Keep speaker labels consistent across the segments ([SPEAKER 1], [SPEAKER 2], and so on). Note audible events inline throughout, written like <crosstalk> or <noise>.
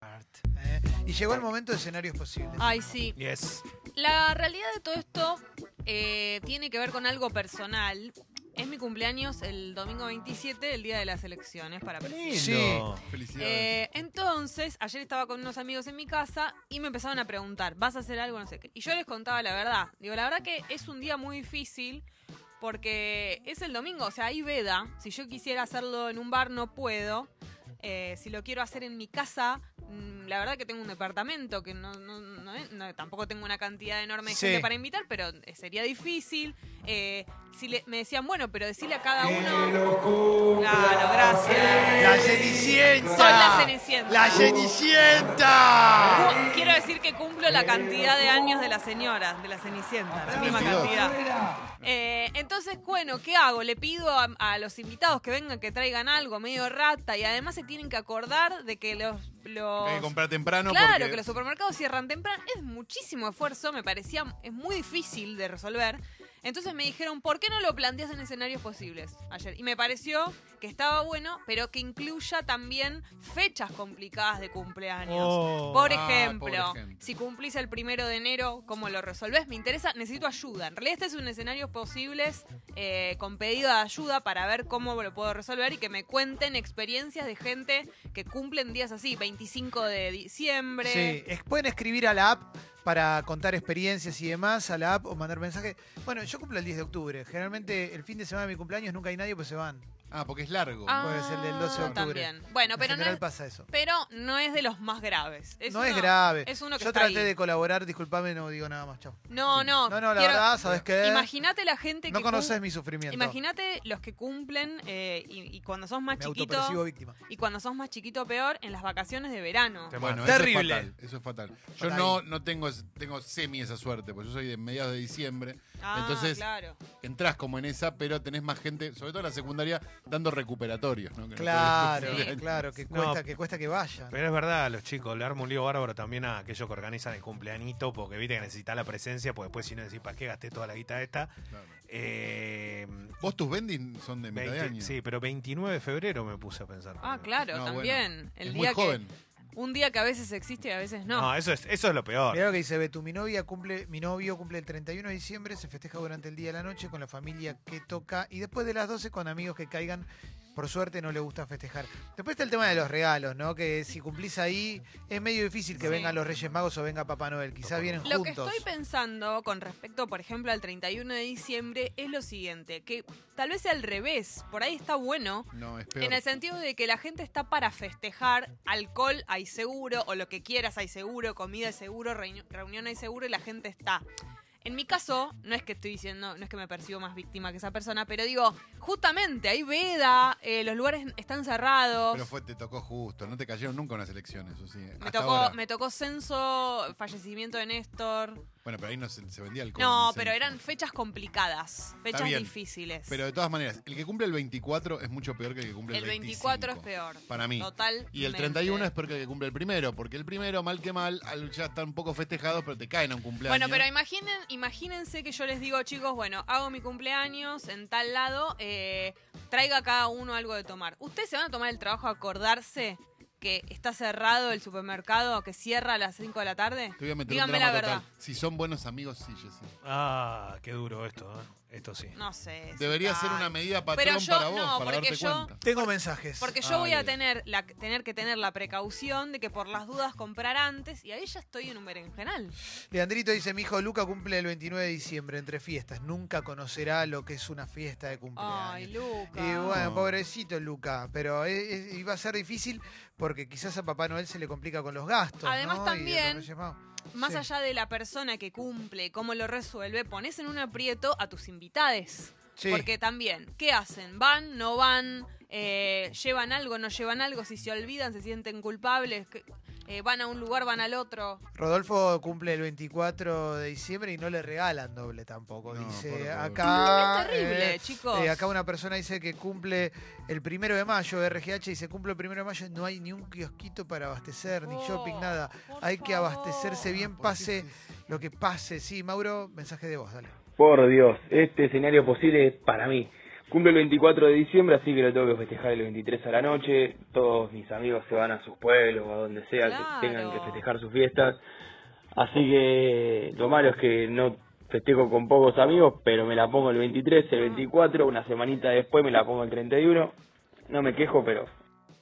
[SPEAKER 1] Art. ¿eh? Y llegó el momento de escenarios posibles.
[SPEAKER 2] Ay, sí.
[SPEAKER 1] Yes.
[SPEAKER 2] La realidad de todo esto eh, tiene que ver con algo personal. Es mi cumpleaños el domingo 27, el día de las elecciones, para presidente.
[SPEAKER 1] Sí.
[SPEAKER 3] Felicidades.
[SPEAKER 2] Eh, entonces, ayer estaba con unos amigos en mi casa y me empezaron a preguntar, ¿vas a hacer algo? No sé qué. Y yo les contaba la verdad. Digo, la verdad que es un día muy difícil porque es el domingo, o sea, hay veda. Si yo quisiera hacerlo en un bar, no puedo. Eh, si lo quiero hacer en mi casa, mm, la verdad que tengo un departamento que no, no- no es- no- tampoco tengo una cantidad enorme de
[SPEAKER 1] Sí.
[SPEAKER 2] gente para invitar, pero eh, sería difícil. Eh, si le- me decían, bueno, pero decirle a cada uno. Claro, gracias.
[SPEAKER 3] ¡La Cenicienta!
[SPEAKER 2] Soy la Cenicienta.
[SPEAKER 3] ¡La Cenicienta!
[SPEAKER 2] Cu- Quiero decir que cumplo la cantidad de años de la señora, de la Cenicienta, la misma
[SPEAKER 3] 32.
[SPEAKER 2] cantidad. Eh, entonces, bueno, ¿qué hago? Le pido a, a los invitados que vengan que traigan algo medio rata y además se tienen que acordar de que los... los-
[SPEAKER 3] Hay que comprar temprano
[SPEAKER 2] Claro,
[SPEAKER 3] porque...
[SPEAKER 2] que los supermercados cierran temprano. Es muchísimo esfuerzo, me parecía, es muy difícil de resolver. Entonces me dijeron, ¿por qué no lo planteas en escenarios posibles ayer? Y me pareció que estaba bueno, pero que incluya también fechas complicadas de cumpleaños.
[SPEAKER 1] Oh.
[SPEAKER 2] por,
[SPEAKER 3] Ah,
[SPEAKER 2] ejemplo,
[SPEAKER 3] por ejemplo.
[SPEAKER 2] si cumplís el primero de enero, ¿cómo lo resolvés? Me interesa, necesito ayuda. En realidad este es un escenario posibles eh, con pedido de ayuda para ver cómo lo puedo resolver y que me cuenten experiencias de gente que cumplen días así, 25 de diciembre.
[SPEAKER 1] Sí, es- pueden escribir a la app para contar experiencias y demás, a la app o mandar mensajes. Bueno, yo cumplo el 10 de octubre. Generalmente el fin de semana de mi cumpleaños nunca hay nadie, pues se van.
[SPEAKER 3] Ah, porque es largo.
[SPEAKER 2] Ah,
[SPEAKER 1] puede ser del 12 de octubre.
[SPEAKER 2] También. Bueno,
[SPEAKER 1] En
[SPEAKER 2] pero no,
[SPEAKER 1] general
[SPEAKER 2] es,
[SPEAKER 1] pasa eso.
[SPEAKER 2] pero no es de los más graves.
[SPEAKER 1] no
[SPEAKER 2] uno-
[SPEAKER 1] es grave.
[SPEAKER 2] Es uno que
[SPEAKER 1] yo
[SPEAKER 2] está
[SPEAKER 1] traté
[SPEAKER 2] ahí.
[SPEAKER 1] de colaborar, disculpame, no digo nada más, chao.
[SPEAKER 2] No, no.
[SPEAKER 1] No, no, la
[SPEAKER 2] quiero-
[SPEAKER 1] verdad, ¿sabes qué?
[SPEAKER 2] Imagínate la gente
[SPEAKER 1] No
[SPEAKER 2] que.
[SPEAKER 1] conoces
[SPEAKER 2] cum-
[SPEAKER 1] mi sufrimiento.
[SPEAKER 2] Imagínate los que cumplen eh, y, y cuando sos más
[SPEAKER 1] Me
[SPEAKER 2] chiquito.
[SPEAKER 1] autopercibo víctima.
[SPEAKER 2] Y cuando sos más chiquito, peor, en las vacaciones de verano.
[SPEAKER 3] Bueno,
[SPEAKER 4] Terrible.
[SPEAKER 3] Eso es fatal. Eso es fatal. Yo
[SPEAKER 1] Fatal.
[SPEAKER 3] no, no tengo, es- tengo semi esa suerte, porque yo soy de mediados de diciembre.
[SPEAKER 2] Ah,
[SPEAKER 3] Entonces,
[SPEAKER 2] claro.
[SPEAKER 3] entrás como en esa, pero tenés más gente, sobre todo en la secundaria, dando recuperatorios, <laughs> ¿no? Que no
[SPEAKER 1] Claro,
[SPEAKER 3] tenés-
[SPEAKER 2] Sí.
[SPEAKER 1] claro, que
[SPEAKER 4] No.
[SPEAKER 1] cuesta, que cuesta que vayan.
[SPEAKER 4] Pero es verdad, los chicos, le arma un lío bárbaro también a aquellos que organizan el cumpleañito, porque viste que necesitas la presencia, porque después si no decís, ¿para qué gasté toda la guita esta?
[SPEAKER 3] Claro.
[SPEAKER 4] Eh,
[SPEAKER 3] Vos tus vending son de mitad de
[SPEAKER 4] 20
[SPEAKER 3] año.
[SPEAKER 4] sí, pero 29 de febrero me puse a pensar.
[SPEAKER 2] Ah, claro,
[SPEAKER 3] No,
[SPEAKER 2] también.
[SPEAKER 3] bueno,
[SPEAKER 2] el
[SPEAKER 3] es
[SPEAKER 2] día
[SPEAKER 3] muy joven.
[SPEAKER 2] Que, un día que a veces existe y a veces no.
[SPEAKER 4] No, eso, es, eso es lo
[SPEAKER 1] Mirá
[SPEAKER 4] peor.
[SPEAKER 1] lo que dice Betu, mi novia cumple, mi novio cumple el 31 de diciembre, se festeja durante el día y la noche con la familia que toca y después de las 12 con amigos que caigan, por suerte no le gusta festejar. Después está el tema de los regalos, ¿no? Que si cumplís ahí es medio difícil que
[SPEAKER 2] Sí.
[SPEAKER 1] vengan los Reyes Magos o venga Papá Noel, quizás vienen
[SPEAKER 2] Lo que
[SPEAKER 1] juntos.
[SPEAKER 2] estoy pensando con respecto, por ejemplo, al 31 de diciembre es lo siguiente, que tal vez sea al revés, por ahí está bueno,
[SPEAKER 3] No, es peor.
[SPEAKER 2] en el sentido de que la gente está para festejar, alcohol hay seguro, o lo que quieras hay seguro, comida hay seguro, reuni- reunión hay seguro y la gente está. En mi caso, no es que estoy diciendo, no es que me percibo más víctima que esa persona, pero digo, justamente hay veda, eh, los lugares están cerrados.
[SPEAKER 3] Pero fue, te tocó justo, no te cayeron nunca unas elecciones, o sí.
[SPEAKER 2] me,
[SPEAKER 3] hasta
[SPEAKER 2] tocó,
[SPEAKER 3] ahora.
[SPEAKER 2] me tocó censo, fallecimiento de Néstor.
[SPEAKER 3] Bueno, pero ahí no se, se vendía alcohol.
[SPEAKER 2] No,
[SPEAKER 3] se-
[SPEAKER 2] pero eran fechas complicadas, fechas
[SPEAKER 3] bien,
[SPEAKER 2] difíciles.
[SPEAKER 3] Pero de todas maneras, el que cumple el 24 es mucho peor que el que cumple el
[SPEAKER 2] el 24 es
[SPEAKER 3] 25.
[SPEAKER 2] peor.
[SPEAKER 3] Para mí.
[SPEAKER 2] Total.
[SPEAKER 3] Y el 31 es porque el que cumple el primero, porque el primero, mal que mal, al- ya están poco festejados, pero te caen a un cumpleaños.
[SPEAKER 2] Bueno, pero imaginen, imagínense que yo les digo, chicos, bueno, hago mi cumpleaños en tal lado, eh, traiga cada uno algo de tomar. ¿Ustedes se van a tomar el trabajo de acordarse que está cerrado el supermercado, que cierra a las 5 de la tarde?
[SPEAKER 3] Te voy a meter
[SPEAKER 2] Díganme
[SPEAKER 3] un drama
[SPEAKER 2] la
[SPEAKER 3] total.
[SPEAKER 2] verdad.
[SPEAKER 3] Si son buenos amigos, sí, Jessy.
[SPEAKER 4] Ah, qué duro esto, ¿eh? Esto sí.
[SPEAKER 2] No sé. si
[SPEAKER 3] Debería
[SPEAKER 2] está-
[SPEAKER 3] ser una medida patrón
[SPEAKER 2] Pero yo-
[SPEAKER 3] para vos,
[SPEAKER 2] no,
[SPEAKER 3] para
[SPEAKER 2] porque
[SPEAKER 3] darte
[SPEAKER 2] yo-
[SPEAKER 3] cuenta.
[SPEAKER 1] Tengo mensajes.
[SPEAKER 2] Porque yo
[SPEAKER 3] Ah,
[SPEAKER 2] voy a
[SPEAKER 3] bien.
[SPEAKER 2] tener, la, tener que tener la precaución de que por las dudas comprar antes y ahí ya estoy en un berenjenal.
[SPEAKER 1] Leandrito dice, mi hijo Luca cumple el 29 de diciembre entre fiestas, nunca conocerá lo que es una fiesta de cumpleaños.
[SPEAKER 2] Ay, Luca.
[SPEAKER 1] Y bueno,
[SPEAKER 3] No.
[SPEAKER 1] pobrecito Luca, pero es- es- iba a ser difícil porque quizás a Papá Noel se le complica con los gastos.
[SPEAKER 2] Además
[SPEAKER 1] ¿no? Y
[SPEAKER 2] también,
[SPEAKER 1] a los Reyes Magos.
[SPEAKER 2] Más
[SPEAKER 1] Sí.
[SPEAKER 2] allá de la persona que cumple, cómo lo resuelve, pones en un aprieto a tus invitades.
[SPEAKER 1] Sí.
[SPEAKER 2] Porque también, ¿qué hacen? ¿Van? ¿No van? Eh, ¿Llevan algo? ¿No llevan algo? Si se olvidan, se sienten culpables. ¿Qué- eh, ¿Van a un lugar? ¿Van al otro?
[SPEAKER 1] Rodolfo cumple el 24 de diciembre y no le regalan doble tampoco.
[SPEAKER 3] No, pobre
[SPEAKER 1] dice
[SPEAKER 3] Rodolfo.
[SPEAKER 1] acá.
[SPEAKER 2] Es terrible,
[SPEAKER 1] eh,
[SPEAKER 2] chicos.
[SPEAKER 1] eh, acá una persona dice que cumple el primero de mayo, RGH, y se cumple el primero de mayo, no hay ni un kiosquito para abastecer, ni
[SPEAKER 2] Oh,
[SPEAKER 1] shopping, nada.
[SPEAKER 2] por
[SPEAKER 1] Hay que
[SPEAKER 2] favor.
[SPEAKER 1] abastecerse bien, pase lo que pase. Sí, Mauro, mensaje de voz, dale.
[SPEAKER 5] Por Dios, este escenario posible es para mí. Cumple el 24 de diciembre, así que lo tengo que festejar el 23 a la noche. Todos mis amigos se van a sus pueblos, a donde sea
[SPEAKER 2] Claro.
[SPEAKER 5] que tengan que festejar sus fiestas. Así que lo malo es que no festejo con pocos amigos, pero me la pongo el 23, el 24, una semanita después me la pongo el 31. No me quejo, pero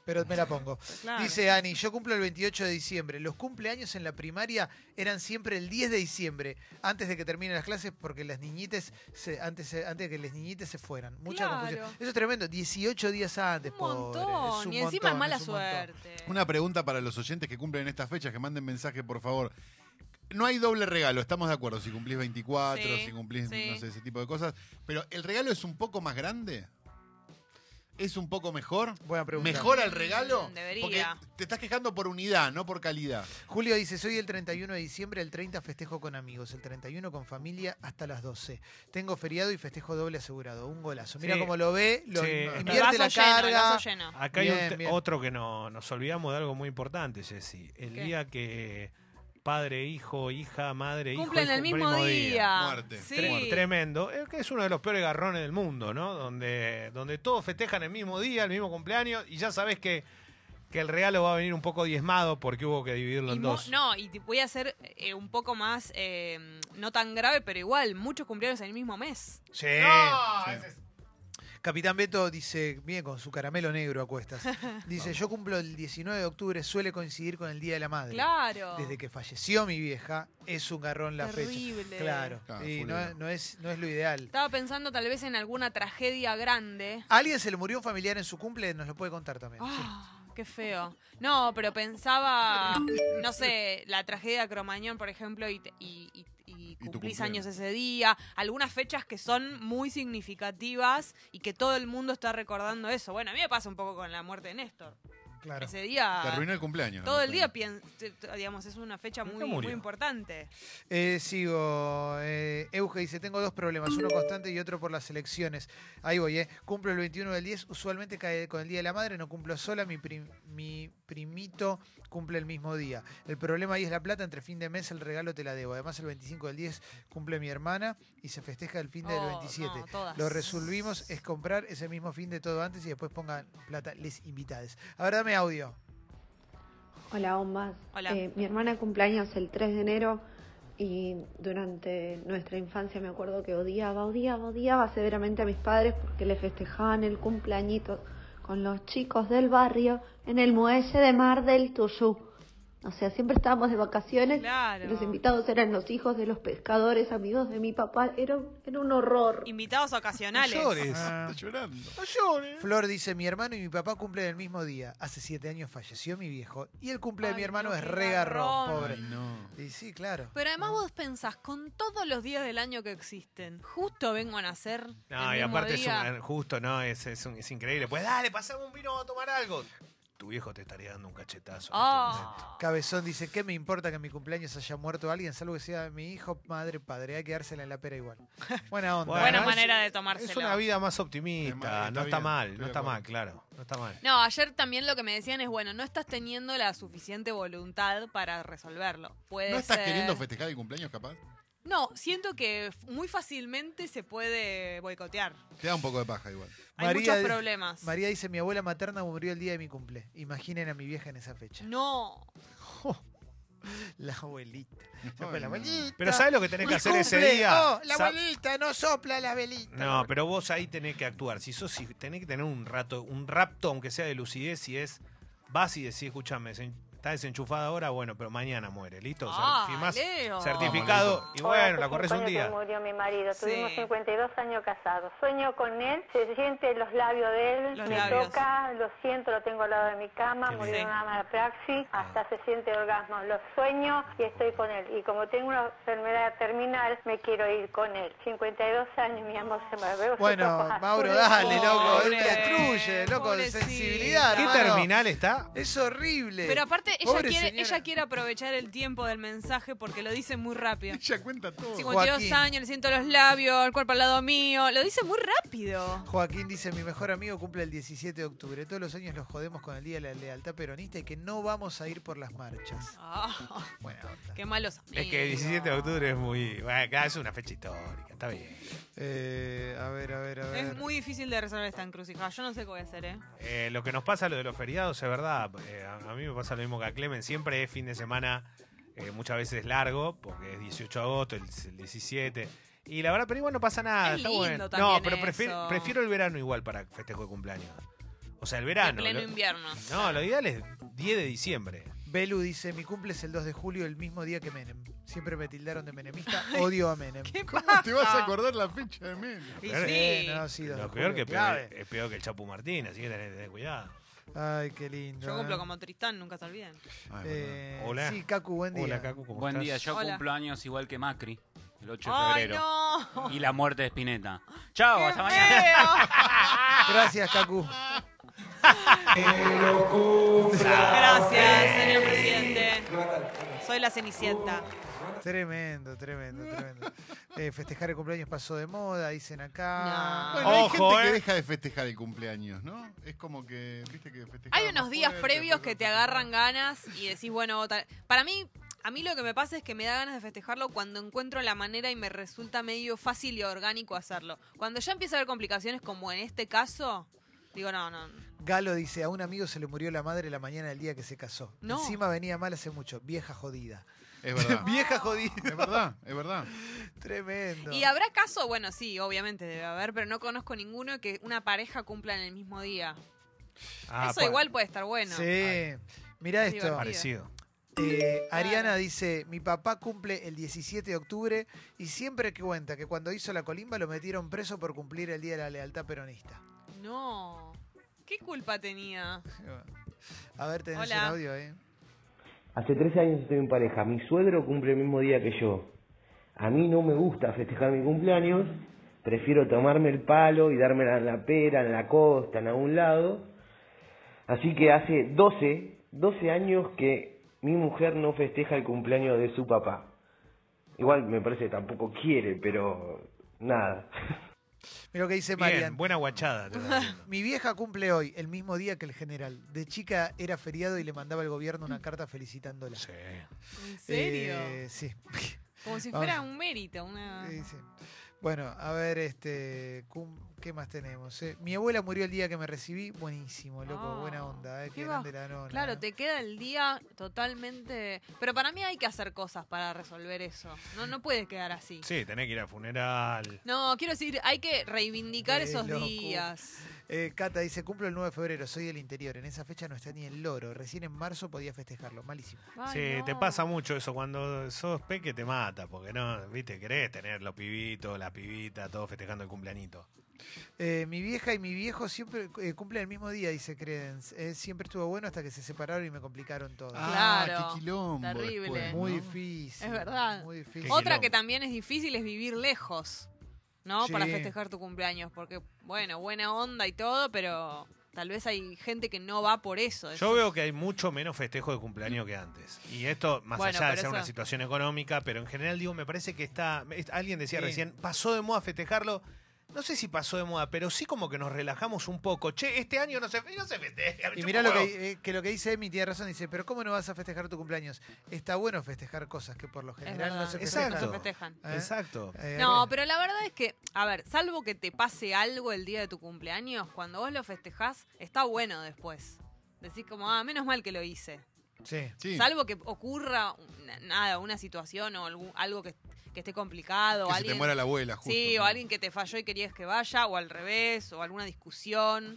[SPEAKER 1] Pero me la pongo.
[SPEAKER 2] Claro.
[SPEAKER 1] Dice Ani, yo cumplo el 28 de diciembre. Los cumpleaños en la primaria eran siempre el 10 de diciembre, antes de que terminen las clases, porque las niñites, se, antes, se- antes de que las niñites se fueran. Mucha
[SPEAKER 2] Claro.
[SPEAKER 1] confusión. Eso es tremendo. 18 días antes,
[SPEAKER 2] Un
[SPEAKER 1] pobre, es
[SPEAKER 2] montón.
[SPEAKER 1] un
[SPEAKER 2] y encima es
[SPEAKER 1] montón,
[SPEAKER 2] mala
[SPEAKER 1] un montón.
[SPEAKER 2] suerte.
[SPEAKER 3] Una pregunta para los oyentes que cumplen estas fechas, que manden mensaje, por favor. No hay doble regalo, estamos de acuerdo, si cumplís 24,
[SPEAKER 2] Sí,
[SPEAKER 3] si cumplís,
[SPEAKER 2] sí.
[SPEAKER 3] no sé, ese tipo de cosas. Pero ¿el regalo es un poco más grande? ¿Es un poco mejor?
[SPEAKER 1] Buena pregunta.
[SPEAKER 3] ¿Mejora el regalo?
[SPEAKER 2] Mm, debería.
[SPEAKER 3] Porque te estás quejando por unidad, no por calidad.
[SPEAKER 1] Julio dice, soy el 31 de diciembre, el 30 festejo con amigos, el 31 con familia hasta las 12. Tengo feriado y festejo doble asegurado. Un golazo. Mira
[SPEAKER 4] Sí.
[SPEAKER 1] cómo lo ve, lo
[SPEAKER 4] Sí.
[SPEAKER 1] in-
[SPEAKER 2] El
[SPEAKER 1] invierte la
[SPEAKER 2] vaso lleno, el
[SPEAKER 1] carga.
[SPEAKER 2] vaso lleno.
[SPEAKER 4] Acá hay un
[SPEAKER 1] Bien,
[SPEAKER 4] te-
[SPEAKER 1] bien.
[SPEAKER 4] otro que no, nos olvidamos de algo muy importante, Jessy. El
[SPEAKER 2] ¿Qué?
[SPEAKER 4] día que padre, hijo, hija, madre, hijo.
[SPEAKER 2] Cumplen
[SPEAKER 4] hijo,
[SPEAKER 2] el mismo día.
[SPEAKER 3] Muerte.
[SPEAKER 2] Sí.
[SPEAKER 4] Tre- Tremendo. Es que es uno de los peores garrones del mundo, ¿no? Donde, donde todos festejan el mismo día, el mismo cumpleaños, y ya sabes que, que el regalo va a venir un poco diezmado porque hubo que dividirlo
[SPEAKER 2] Y
[SPEAKER 4] en
[SPEAKER 2] mo-
[SPEAKER 4] dos.
[SPEAKER 2] no, y te voy a hacer eh, un poco más, eh, no tan grave, pero igual, muchos cumpleaños en el mismo mes.
[SPEAKER 1] Sí.
[SPEAKER 3] Sí.
[SPEAKER 1] Capitán Beto dice, bien, con su caramelo negro a
[SPEAKER 2] <laughs>
[SPEAKER 1] cuestas. Dice, yo cumplo el 19 de octubre, suele coincidir con el Día de la Madre.
[SPEAKER 2] Claro.
[SPEAKER 1] Desde que falleció mi vieja, es un garrón la
[SPEAKER 2] Terrible.
[SPEAKER 1] fecha. Claro.
[SPEAKER 3] Claro,
[SPEAKER 1] y
[SPEAKER 3] full
[SPEAKER 1] no,
[SPEAKER 3] día.
[SPEAKER 1] no es, no es lo ideal.
[SPEAKER 2] Estaba pensando tal vez en alguna tragedia grande.
[SPEAKER 1] ¿A alguien se le murió un familiar en su cumple? Nos lo puede contar también.
[SPEAKER 2] Ah, qué feo. No, pero pensaba, no sé, la tragedia de Cromañón, por ejemplo, y, te- y- y- y
[SPEAKER 3] tu
[SPEAKER 2] cumplís
[SPEAKER 3] cumpleaños.
[SPEAKER 2] años ese día. Algunas fechas que son muy significativas y que todo el mundo está recordando eso. Bueno, a mí me pasa un poco con la muerte de Néstor.
[SPEAKER 1] Sí, claro.
[SPEAKER 2] Ese
[SPEAKER 3] Te
[SPEAKER 2] día,
[SPEAKER 3] arruinó el cumpleaños.
[SPEAKER 2] Ah, todo
[SPEAKER 3] ¿no?
[SPEAKER 2] el día, pien- te- te- digamos, es una fecha
[SPEAKER 4] Nunca
[SPEAKER 2] muy,
[SPEAKER 4] murió.
[SPEAKER 2] muy importante.
[SPEAKER 1] Eh, sigo. Eh, Euge dice, tengo dos problemas, uno constante y otro por las elecciones. Ahí voy, ¿eh? Cumplo el 21 del 10, usualmente cae con el Día de la Madre, no cumplo sola, mi, prim- mi primito cumple el mismo día. El problema ahí es la plata, entre fin de mes el regalo te la debo. Además el 25 del 10 cumple mi hermana y se festeja el fin del
[SPEAKER 2] Oh,
[SPEAKER 1] 27.
[SPEAKER 2] no, todas.
[SPEAKER 1] Lo resolvimos es comprar ese mismo fin de todo antes y después pongan plata les invitades. Ahora dame audio.
[SPEAKER 6] Hola, bombas.
[SPEAKER 2] Hola.
[SPEAKER 6] Eh, mi hermana cumpleaños el 3 de enero y durante nuestra infancia me acuerdo que odiaba, odiaba, odiaba severamente a mis padres porque le festejaban el cumpleañito con los chicos del barrio en el muelle de Mar del Tuyú. O sea, siempre estábamos de vacaciones.
[SPEAKER 2] Claro.
[SPEAKER 6] y Los invitados eran los hijos de los pescadores, amigos de mi papá. Era, un- era un horror.
[SPEAKER 2] Invitados ocasionales.
[SPEAKER 4] No llores.
[SPEAKER 1] Ah.
[SPEAKER 3] Está llorando.
[SPEAKER 1] Flor dice, mi hermano y mi papá cumplen el mismo día. Hace siete años falleció mi viejo y el cumple de
[SPEAKER 2] Ay,
[SPEAKER 1] mi hermano
[SPEAKER 2] no,
[SPEAKER 1] es
[SPEAKER 2] qué
[SPEAKER 1] regarrón,
[SPEAKER 2] garrón.
[SPEAKER 1] pobre.
[SPEAKER 3] Ay, no.
[SPEAKER 1] Y sí, claro.
[SPEAKER 2] Pero además vos pensás, con todos los días del año que existen, justo vengo a nacer.
[SPEAKER 4] No,
[SPEAKER 2] el
[SPEAKER 4] y
[SPEAKER 2] mismo
[SPEAKER 4] aparte es,
[SPEAKER 2] día.
[SPEAKER 4] un, justo, no, es, es, un- es increíble. Pues dale, pasame un vino a tomar algo. Tu viejo te estaría dando un cachetazo. en este momento.
[SPEAKER 2] Ah.
[SPEAKER 1] Cabezón dice, ¿qué me importa que en mi cumpleaños haya muerto alguien? Salvo que sea mi hijo, madre, padre. Hay que dársela en la pera
[SPEAKER 2] <laughs>
[SPEAKER 1] igual. Buena onda. ¿eh?
[SPEAKER 2] Buena
[SPEAKER 4] es-
[SPEAKER 2] manera de
[SPEAKER 4] Es
[SPEAKER 2] tomárselo.
[SPEAKER 4] una vida más
[SPEAKER 3] Es más,
[SPEAKER 4] optimista.
[SPEAKER 3] está
[SPEAKER 4] no está
[SPEAKER 3] bien,
[SPEAKER 4] mal,
[SPEAKER 3] estoy
[SPEAKER 4] no
[SPEAKER 3] de
[SPEAKER 4] está
[SPEAKER 3] acuerdo.
[SPEAKER 4] mal, claro. No está mal.
[SPEAKER 2] No, ayer también lo que me decían es, bueno, no estás teniendo la suficiente voluntad para resolverlo. Puede
[SPEAKER 3] ¿No estás
[SPEAKER 2] ser-
[SPEAKER 3] queriendo festejar el cumpleaños, capaz?
[SPEAKER 2] No, siento que f- muy fácilmente se puede boicotear.
[SPEAKER 3] Te da un poco de paja
[SPEAKER 1] <laughs>
[SPEAKER 3] igual.
[SPEAKER 2] Hay
[SPEAKER 1] María
[SPEAKER 2] muchos
[SPEAKER 1] de-
[SPEAKER 2] problemas.
[SPEAKER 1] María dice, mi abuela materna murió el día de mi cumple. Imaginen a mi vieja en esa
[SPEAKER 2] Mm.
[SPEAKER 1] fecha.
[SPEAKER 2] No.
[SPEAKER 1] La abuelita. Se
[SPEAKER 3] Ay,
[SPEAKER 1] fue la
[SPEAKER 3] no.
[SPEAKER 1] abuelita.
[SPEAKER 4] Pero ¿sabes lo que tenés
[SPEAKER 1] Mi
[SPEAKER 4] que hacer ese
[SPEAKER 1] cumple.
[SPEAKER 4] día?
[SPEAKER 1] Oh, la
[SPEAKER 4] Sa-
[SPEAKER 1] abuelita no sopla la velita.
[SPEAKER 4] No, pero vos ahí tenés que actuar. Si sos, si tenés que tener un rato, un rapto, aunque sea de lucidez, si es, vas y decís, escúchame, desen- está desenchufada ahora, bueno, pero mañana muere, listo. Cer-
[SPEAKER 2] Ah,
[SPEAKER 4] firmás
[SPEAKER 2] Leo.
[SPEAKER 4] certificado y
[SPEAKER 7] Hola,
[SPEAKER 4] bueno,
[SPEAKER 7] hace
[SPEAKER 4] la corres
[SPEAKER 7] cinco
[SPEAKER 4] un
[SPEAKER 7] años que
[SPEAKER 4] día.
[SPEAKER 7] murió mi marido.
[SPEAKER 2] Sí.
[SPEAKER 7] Tuvimos 52 años casados. Sueño con él, se siente los labios de él,
[SPEAKER 2] Los
[SPEAKER 7] me
[SPEAKER 2] labios.
[SPEAKER 7] toca, lo siento, lo tengo al lado de mi cama,
[SPEAKER 4] Qué
[SPEAKER 7] murió
[SPEAKER 2] lindo.
[SPEAKER 7] en una mala hasta se siente orgasmo. Lo sueño y estoy con él. Y como tengo una enfermedad terminal, me quiero ir con él. 52 años, mi amor, se me veo. <laughs>
[SPEAKER 6] <laughs>
[SPEAKER 1] Bueno, Mauro, dale, loco. Él me destruye, loco, de
[SPEAKER 2] Pobrecita.
[SPEAKER 1] sensibilidad.
[SPEAKER 4] ¿Qué
[SPEAKER 1] hermano.
[SPEAKER 4] terminal está?
[SPEAKER 1] Es horrible.
[SPEAKER 2] Pero aparte aparte, ella
[SPEAKER 1] Pobre
[SPEAKER 2] quiere,
[SPEAKER 1] señora.
[SPEAKER 2] ella quiere aprovechar el tiempo del mensaje porque lo dice muy rápido.
[SPEAKER 3] Ella cuenta todo.
[SPEAKER 2] 52
[SPEAKER 1] Joaquín.
[SPEAKER 2] años, le siento los labios, el cuerpo al lado mío. Lo dice muy rápido.
[SPEAKER 1] Joaquín dice, mi mejor amigo cumple el 17 de octubre. Todos los años los jodemos con el Día de la Lealtad Peronista y que no vamos a ir por las marchas.
[SPEAKER 2] Ah,
[SPEAKER 1] Buena onda.
[SPEAKER 2] qué malos
[SPEAKER 4] Es que el 17 de
[SPEAKER 2] amigos.
[SPEAKER 4] octubre es muy. Bueno, acá es una fecha histórica, está bien.
[SPEAKER 1] Eh, a ver, a ver, a ver.
[SPEAKER 2] Es muy difícil de resolver esta encrucijada. Yo no sé qué voy a hacer, ¿eh?
[SPEAKER 4] Eh, lo que nos pasa, lo de los feriados, es verdad. eh, a, a mí me pasa lo mismo que a Clemen. Siempre es fin de semana, eh, muchas veces largo, porque es 18 de agosto, el, el 17. Y la verdad, pero igual no pasa nada.
[SPEAKER 2] Es
[SPEAKER 4] está
[SPEAKER 2] lindo
[SPEAKER 4] bueno.
[SPEAKER 2] también
[SPEAKER 4] No, pero prefi-
[SPEAKER 2] eso.
[SPEAKER 4] prefiero el verano igual para festejo de cumpleaños. O sea, el
[SPEAKER 2] En
[SPEAKER 4] verano.
[SPEAKER 2] pleno
[SPEAKER 4] lo-
[SPEAKER 2] invierno.
[SPEAKER 4] no, lo ideal es 10 de diciembre.
[SPEAKER 1] Belu dice, mi cumple es el 2 de julio, el mismo día que Menem. Siempre me tildaron de
[SPEAKER 2] <laughs>
[SPEAKER 1] menemista, odio a Menem.
[SPEAKER 2] ¿Qué
[SPEAKER 3] ¿Cómo
[SPEAKER 2] pasa?
[SPEAKER 3] <laughs> te vas a acordar la fecha de mí?
[SPEAKER 2] Y
[SPEAKER 4] Pero-
[SPEAKER 2] sí.
[SPEAKER 1] Eh, no, sí, 2 de
[SPEAKER 4] Lo
[SPEAKER 1] julio,
[SPEAKER 4] peor que
[SPEAKER 1] clave.
[SPEAKER 4] peor- es peor que el Chapu Martín, así que tenés que tener cuidado.
[SPEAKER 1] Ay, qué lindo.
[SPEAKER 2] Yo
[SPEAKER 1] ¿eh?
[SPEAKER 2] cumplo como Tristán, nunca se olviden.
[SPEAKER 1] Eh,
[SPEAKER 4] Hola.
[SPEAKER 1] Sí, Cacu, buen día.
[SPEAKER 4] Hola, Cacu, ¿cómo
[SPEAKER 8] Buen
[SPEAKER 4] estás?
[SPEAKER 8] día, yo
[SPEAKER 2] Hola.
[SPEAKER 8] cumplo años igual que Macri, el 8 de
[SPEAKER 2] ¡Ay,
[SPEAKER 8] febrero.
[SPEAKER 2] no!
[SPEAKER 8] Y la muerte de Spinetta. Chao,
[SPEAKER 2] ¡Qué
[SPEAKER 8] hasta mañana.
[SPEAKER 1] Gracias, Cacu.
[SPEAKER 2] Gracias, señor presidente. Soy la Cenicienta.
[SPEAKER 1] Tremendo, tremendo, tremendo. Eh, festejar el cumpleaños pasó de moda, dicen acá.
[SPEAKER 2] No.
[SPEAKER 3] Bueno,
[SPEAKER 4] Ojo,
[SPEAKER 3] hay
[SPEAKER 4] eh.
[SPEAKER 3] gente que deja de festejar el cumpleaños, ¿no? Es como que, viste que festejar
[SPEAKER 2] Hay unos
[SPEAKER 3] más
[SPEAKER 2] días
[SPEAKER 3] fuerte,
[SPEAKER 2] previos
[SPEAKER 3] después
[SPEAKER 2] que te
[SPEAKER 3] no festejar.
[SPEAKER 2] agarran ganas y decís, bueno, tal- para mí, a mí lo que me pasa es que me da ganas de festejarlo cuando encuentro la manera y me resulta medio fácil y orgánico hacerlo. Cuando ya empieza a haber complicaciones, como en este caso, digo, no, no.
[SPEAKER 1] Galo dice, a un amigo se le murió la madre la mañana del día que se casó.
[SPEAKER 2] No.
[SPEAKER 1] Encima venía mal hace mucho, vieja jodida.
[SPEAKER 3] Es verdad.
[SPEAKER 1] <laughs> vieja jodida.
[SPEAKER 3] Es verdad, es verdad.
[SPEAKER 1] Tremendo.
[SPEAKER 2] Y habrá caso, bueno, sí, obviamente debe haber, pero no conozco ninguno que una pareja cumpla en el mismo día.
[SPEAKER 4] Ah,
[SPEAKER 2] Eso
[SPEAKER 4] pa-
[SPEAKER 2] igual puede estar bueno.
[SPEAKER 1] Sí. Mirá
[SPEAKER 2] Es
[SPEAKER 1] esto.
[SPEAKER 2] divertido.
[SPEAKER 4] Parecido.
[SPEAKER 1] Eh, Ariana
[SPEAKER 2] Claro.
[SPEAKER 1] dice, mi papá cumple el 17 de octubre y siempre que cuenta que cuando hizo la colimba lo metieron preso por cumplir el Día de la Lealtad Peronista.
[SPEAKER 2] No. ¿Qué culpa tenía?
[SPEAKER 1] A ver, tenés
[SPEAKER 2] Hola.
[SPEAKER 1] un audio, ¿eh?
[SPEAKER 9] Hace tres años estoy en pareja. Mi suegro cumple el mismo día que yo. A mí no me gusta festejar mi cumpleaños. Prefiero tomarme el palo y dármela en la pera, en la costa, en algún lado. Así que hace 12, 12 años que mi mujer no festeja el cumpleaños de su papá. Igual me parece que tampoco quiere, pero nada.
[SPEAKER 1] Mira lo que dice
[SPEAKER 4] Bien,
[SPEAKER 1] Marian.
[SPEAKER 4] buena guachada. te
[SPEAKER 2] <laughs>
[SPEAKER 4] está haciendo.
[SPEAKER 1] Mi vieja cumple hoy, el mismo día que el general. De chica era feriado y le mandaba al gobierno una carta felicitándola.
[SPEAKER 4] Sí.
[SPEAKER 2] Mm. ¿En serio? Ah.
[SPEAKER 1] Eh, sí. <laughs>
[SPEAKER 2] Como si
[SPEAKER 1] vamos. Eh,
[SPEAKER 2] fuera un mérito, una...
[SPEAKER 1] Sí, sí. Bueno, a ver, este, cum- ¿qué más tenemos? eh? Mi abuela murió el día que me recibí. Buenísimo, loco,
[SPEAKER 2] Ah,
[SPEAKER 1] buena onda. eh,
[SPEAKER 2] qué
[SPEAKER 1] Qué grande la nona. eh.
[SPEAKER 2] Claro, te queda el día totalmente. Pero para mí hay que hacer cosas para resolver eso. No, no puede quedar así.
[SPEAKER 4] Sí, tenés que ir al funeral.
[SPEAKER 2] No, quiero decir, hay que reivindicar
[SPEAKER 1] Qué
[SPEAKER 2] esos
[SPEAKER 1] loco.
[SPEAKER 2] días.
[SPEAKER 1] Eh, Cata dice, cumplo el 9 de febrero, soy del interior. En esa fecha no está ni el loro. Recién en marzo podía festejarlo. Malísimo.
[SPEAKER 2] Ay,
[SPEAKER 4] sí,
[SPEAKER 2] no.
[SPEAKER 4] te pasa mucho eso. Cuando sos peque te mata, porque no, viste, querés tener los pibitos, la pibita, todos festejando el cumpleañito.
[SPEAKER 1] Eh, mi vieja y mi viejo siempre eh, cumplen el mismo día, dice Credence. Eh, siempre estuvo bueno hasta que se separaron y me complicaron todo.
[SPEAKER 3] Ah,
[SPEAKER 2] Claro,
[SPEAKER 3] qué quilombo.
[SPEAKER 2] terrible.
[SPEAKER 3] después, ¿no?
[SPEAKER 1] Muy difícil.
[SPEAKER 2] Es verdad.
[SPEAKER 1] Muy difícil.
[SPEAKER 4] Qué
[SPEAKER 2] Otra
[SPEAKER 4] quilombo.
[SPEAKER 2] que también es difícil es vivir lejos, ¿no?
[SPEAKER 1] Sí.
[SPEAKER 2] Para festejar tu cumpleaños. Porque, bueno, buena onda y todo, pero tal vez hay gente que no va por eso.
[SPEAKER 4] Yo veo que hay mucho menos festejo de cumpleaños que antes. Y esto, más
[SPEAKER 2] Bueno,
[SPEAKER 4] allá de
[SPEAKER 2] pero
[SPEAKER 4] ser una
[SPEAKER 2] eso-
[SPEAKER 4] situación económica, pero en general, digo, me parece que está. es- Alguien decía
[SPEAKER 1] Sí.
[SPEAKER 4] recién, pasó de moda festejarlo. No sé si pasó de moda, pero sí como que nos relajamos un poco. Che, este año no se, no se festeja. me
[SPEAKER 1] Y
[SPEAKER 4] chupa
[SPEAKER 1] mirá lo
[SPEAKER 4] un huevo.
[SPEAKER 1] que, eh, que lo que dice Emi, tiene razón, dice, pero ¿cómo no vas a festejar tu cumpleaños? Está bueno festejar cosas que por lo
[SPEAKER 2] Es
[SPEAKER 1] general
[SPEAKER 2] verdad,
[SPEAKER 1] no se
[SPEAKER 2] no
[SPEAKER 1] festejan.
[SPEAKER 4] Exacto.
[SPEAKER 2] festejan.
[SPEAKER 1] ¿Eh?
[SPEAKER 4] Exacto.
[SPEAKER 1] Eh,
[SPEAKER 2] No, pero la verdad es que, a ver, salvo que te pase algo el día de tu cumpleaños, cuando vos lo festejás, está bueno después. Decís como, ah, menos mal que lo hice.
[SPEAKER 1] Sí.
[SPEAKER 3] Sí,
[SPEAKER 2] Salvo que ocurra una- nada, una situación o algún- algo que, que esté complicado. o
[SPEAKER 3] que se
[SPEAKER 2] alguien,
[SPEAKER 3] te muera la abuela, justo.
[SPEAKER 2] sí,
[SPEAKER 3] ¿no?
[SPEAKER 2] o alguien que te falló y querías que vaya, o al revés, o alguna discusión.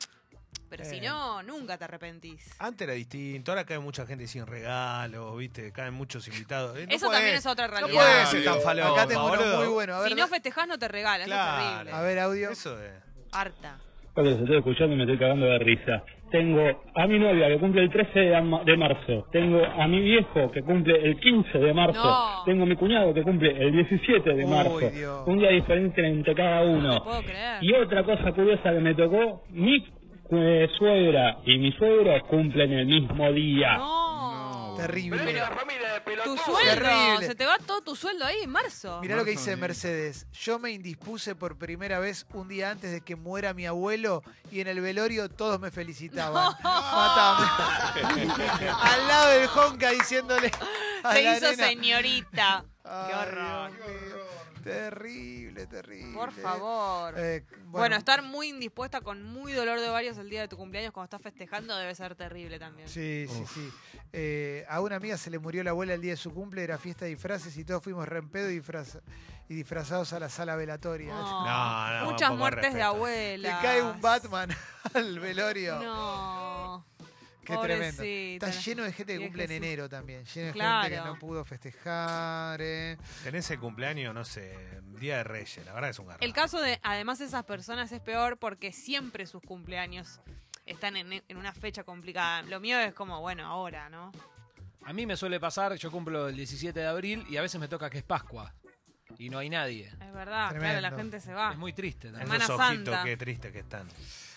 [SPEAKER 2] Pero si
[SPEAKER 1] Eh.
[SPEAKER 2] no, nunca te arrepentís.
[SPEAKER 4] Antes era distinto, ahora cae mucha gente sin regalo, ¿viste? Caen muchos invitados. Eh, no
[SPEAKER 2] Eso también
[SPEAKER 4] podés-
[SPEAKER 2] es otra
[SPEAKER 4] No
[SPEAKER 2] realidad.
[SPEAKER 4] puede ser tan
[SPEAKER 3] Dios.
[SPEAKER 4] falopa,
[SPEAKER 1] Acá tengo uno
[SPEAKER 4] boludo.
[SPEAKER 1] muy bueno. A ver,
[SPEAKER 2] si no festejás, no te regalan. Eso es
[SPEAKER 4] Claro.
[SPEAKER 2] terrible.
[SPEAKER 1] a ver audio.
[SPEAKER 4] Eso eh, es.
[SPEAKER 2] Harta.
[SPEAKER 10] Porque los estoy escuchando y me estoy cagando de risa. Tengo a mi novia que cumple el 13 de, am- de marzo. Tengo a mi viejo que cumple el 15 de marzo.
[SPEAKER 2] No.
[SPEAKER 10] Tengo a mi cuñado que cumple el 17 de
[SPEAKER 1] Uy,
[SPEAKER 10] marzo.
[SPEAKER 1] Dios.
[SPEAKER 10] Un día diferente entre cada uno.
[SPEAKER 2] No puedo creer.
[SPEAKER 10] Y otra cosa curiosa que me tocó, mi eh, suegra y mi suegro cumplen el mismo día.
[SPEAKER 2] No.
[SPEAKER 3] No,
[SPEAKER 1] Terrible.
[SPEAKER 2] Pero-
[SPEAKER 5] familia de
[SPEAKER 2] Tu
[SPEAKER 5] pelotudos.
[SPEAKER 2] sueldo,
[SPEAKER 1] Terrible.
[SPEAKER 2] se te va todo tu sueldo ahí en marzo.
[SPEAKER 1] Mirá lo que
[SPEAKER 3] Marzo
[SPEAKER 1] dice
[SPEAKER 3] de-
[SPEAKER 1] Mercedes. Yo me indispuse por primera vez un día antes de que muera mi abuelo y en el velorio todos me felicitaban.
[SPEAKER 2] <laughs>
[SPEAKER 1] Matame. <laughs> Al lado del Jonca diciéndole. a
[SPEAKER 2] Se
[SPEAKER 1] la
[SPEAKER 2] hizo
[SPEAKER 1] nena.
[SPEAKER 2] señorita.
[SPEAKER 1] Ay,
[SPEAKER 2] Qué horror.
[SPEAKER 1] Dios mío. Terrible, terrible.
[SPEAKER 2] Por favor.
[SPEAKER 1] Eh,
[SPEAKER 2] Bueno, estar muy indispuesta con muy dolor de ovarios el día de tu cumpleaños cuando estás festejando debe ser terrible también.
[SPEAKER 1] Sí, sí, sí. Eh, a una amiga se le murió la abuela el día de su cumple, era fiesta de disfraces y todos fuimos re en pedo y, disfraz- y disfrazados a la sala velatoria.
[SPEAKER 2] No,
[SPEAKER 4] No, no,
[SPEAKER 2] Oh, Muchas
[SPEAKER 4] un poco de
[SPEAKER 2] muertes de
[SPEAKER 4] respeto.
[SPEAKER 1] Le
[SPEAKER 2] abuela.
[SPEAKER 1] cae un Batman <laughs> al velorio.
[SPEAKER 2] No.
[SPEAKER 1] Qué tremendo.
[SPEAKER 2] pobrecita.
[SPEAKER 1] Está lleno de gente que
[SPEAKER 2] Viejecita.
[SPEAKER 1] cumple en enero también. Lleno de gente que
[SPEAKER 2] Claro.
[SPEAKER 1] no pudo festejar. eh.
[SPEAKER 4] Tenés el cumpleaños, no sé, Día de Reyes, la verdad es un garrón.
[SPEAKER 2] El caso de, además, esas personas es peor porque siempre sus cumpleaños están en, en una fecha complicada. Lo mío es como, bueno, ahora, ¿no?
[SPEAKER 11] A mí me suele pasar, yo cumplo el 17 de abril y a veces me toca que es Pascua y no hay nadie.
[SPEAKER 2] Es verdad, claro,
[SPEAKER 1] Tremendo.
[SPEAKER 2] la gente se va.
[SPEAKER 11] Es muy triste también.
[SPEAKER 2] Semana
[SPEAKER 4] Esos ojitos,
[SPEAKER 2] Santa.
[SPEAKER 4] qué triste que están.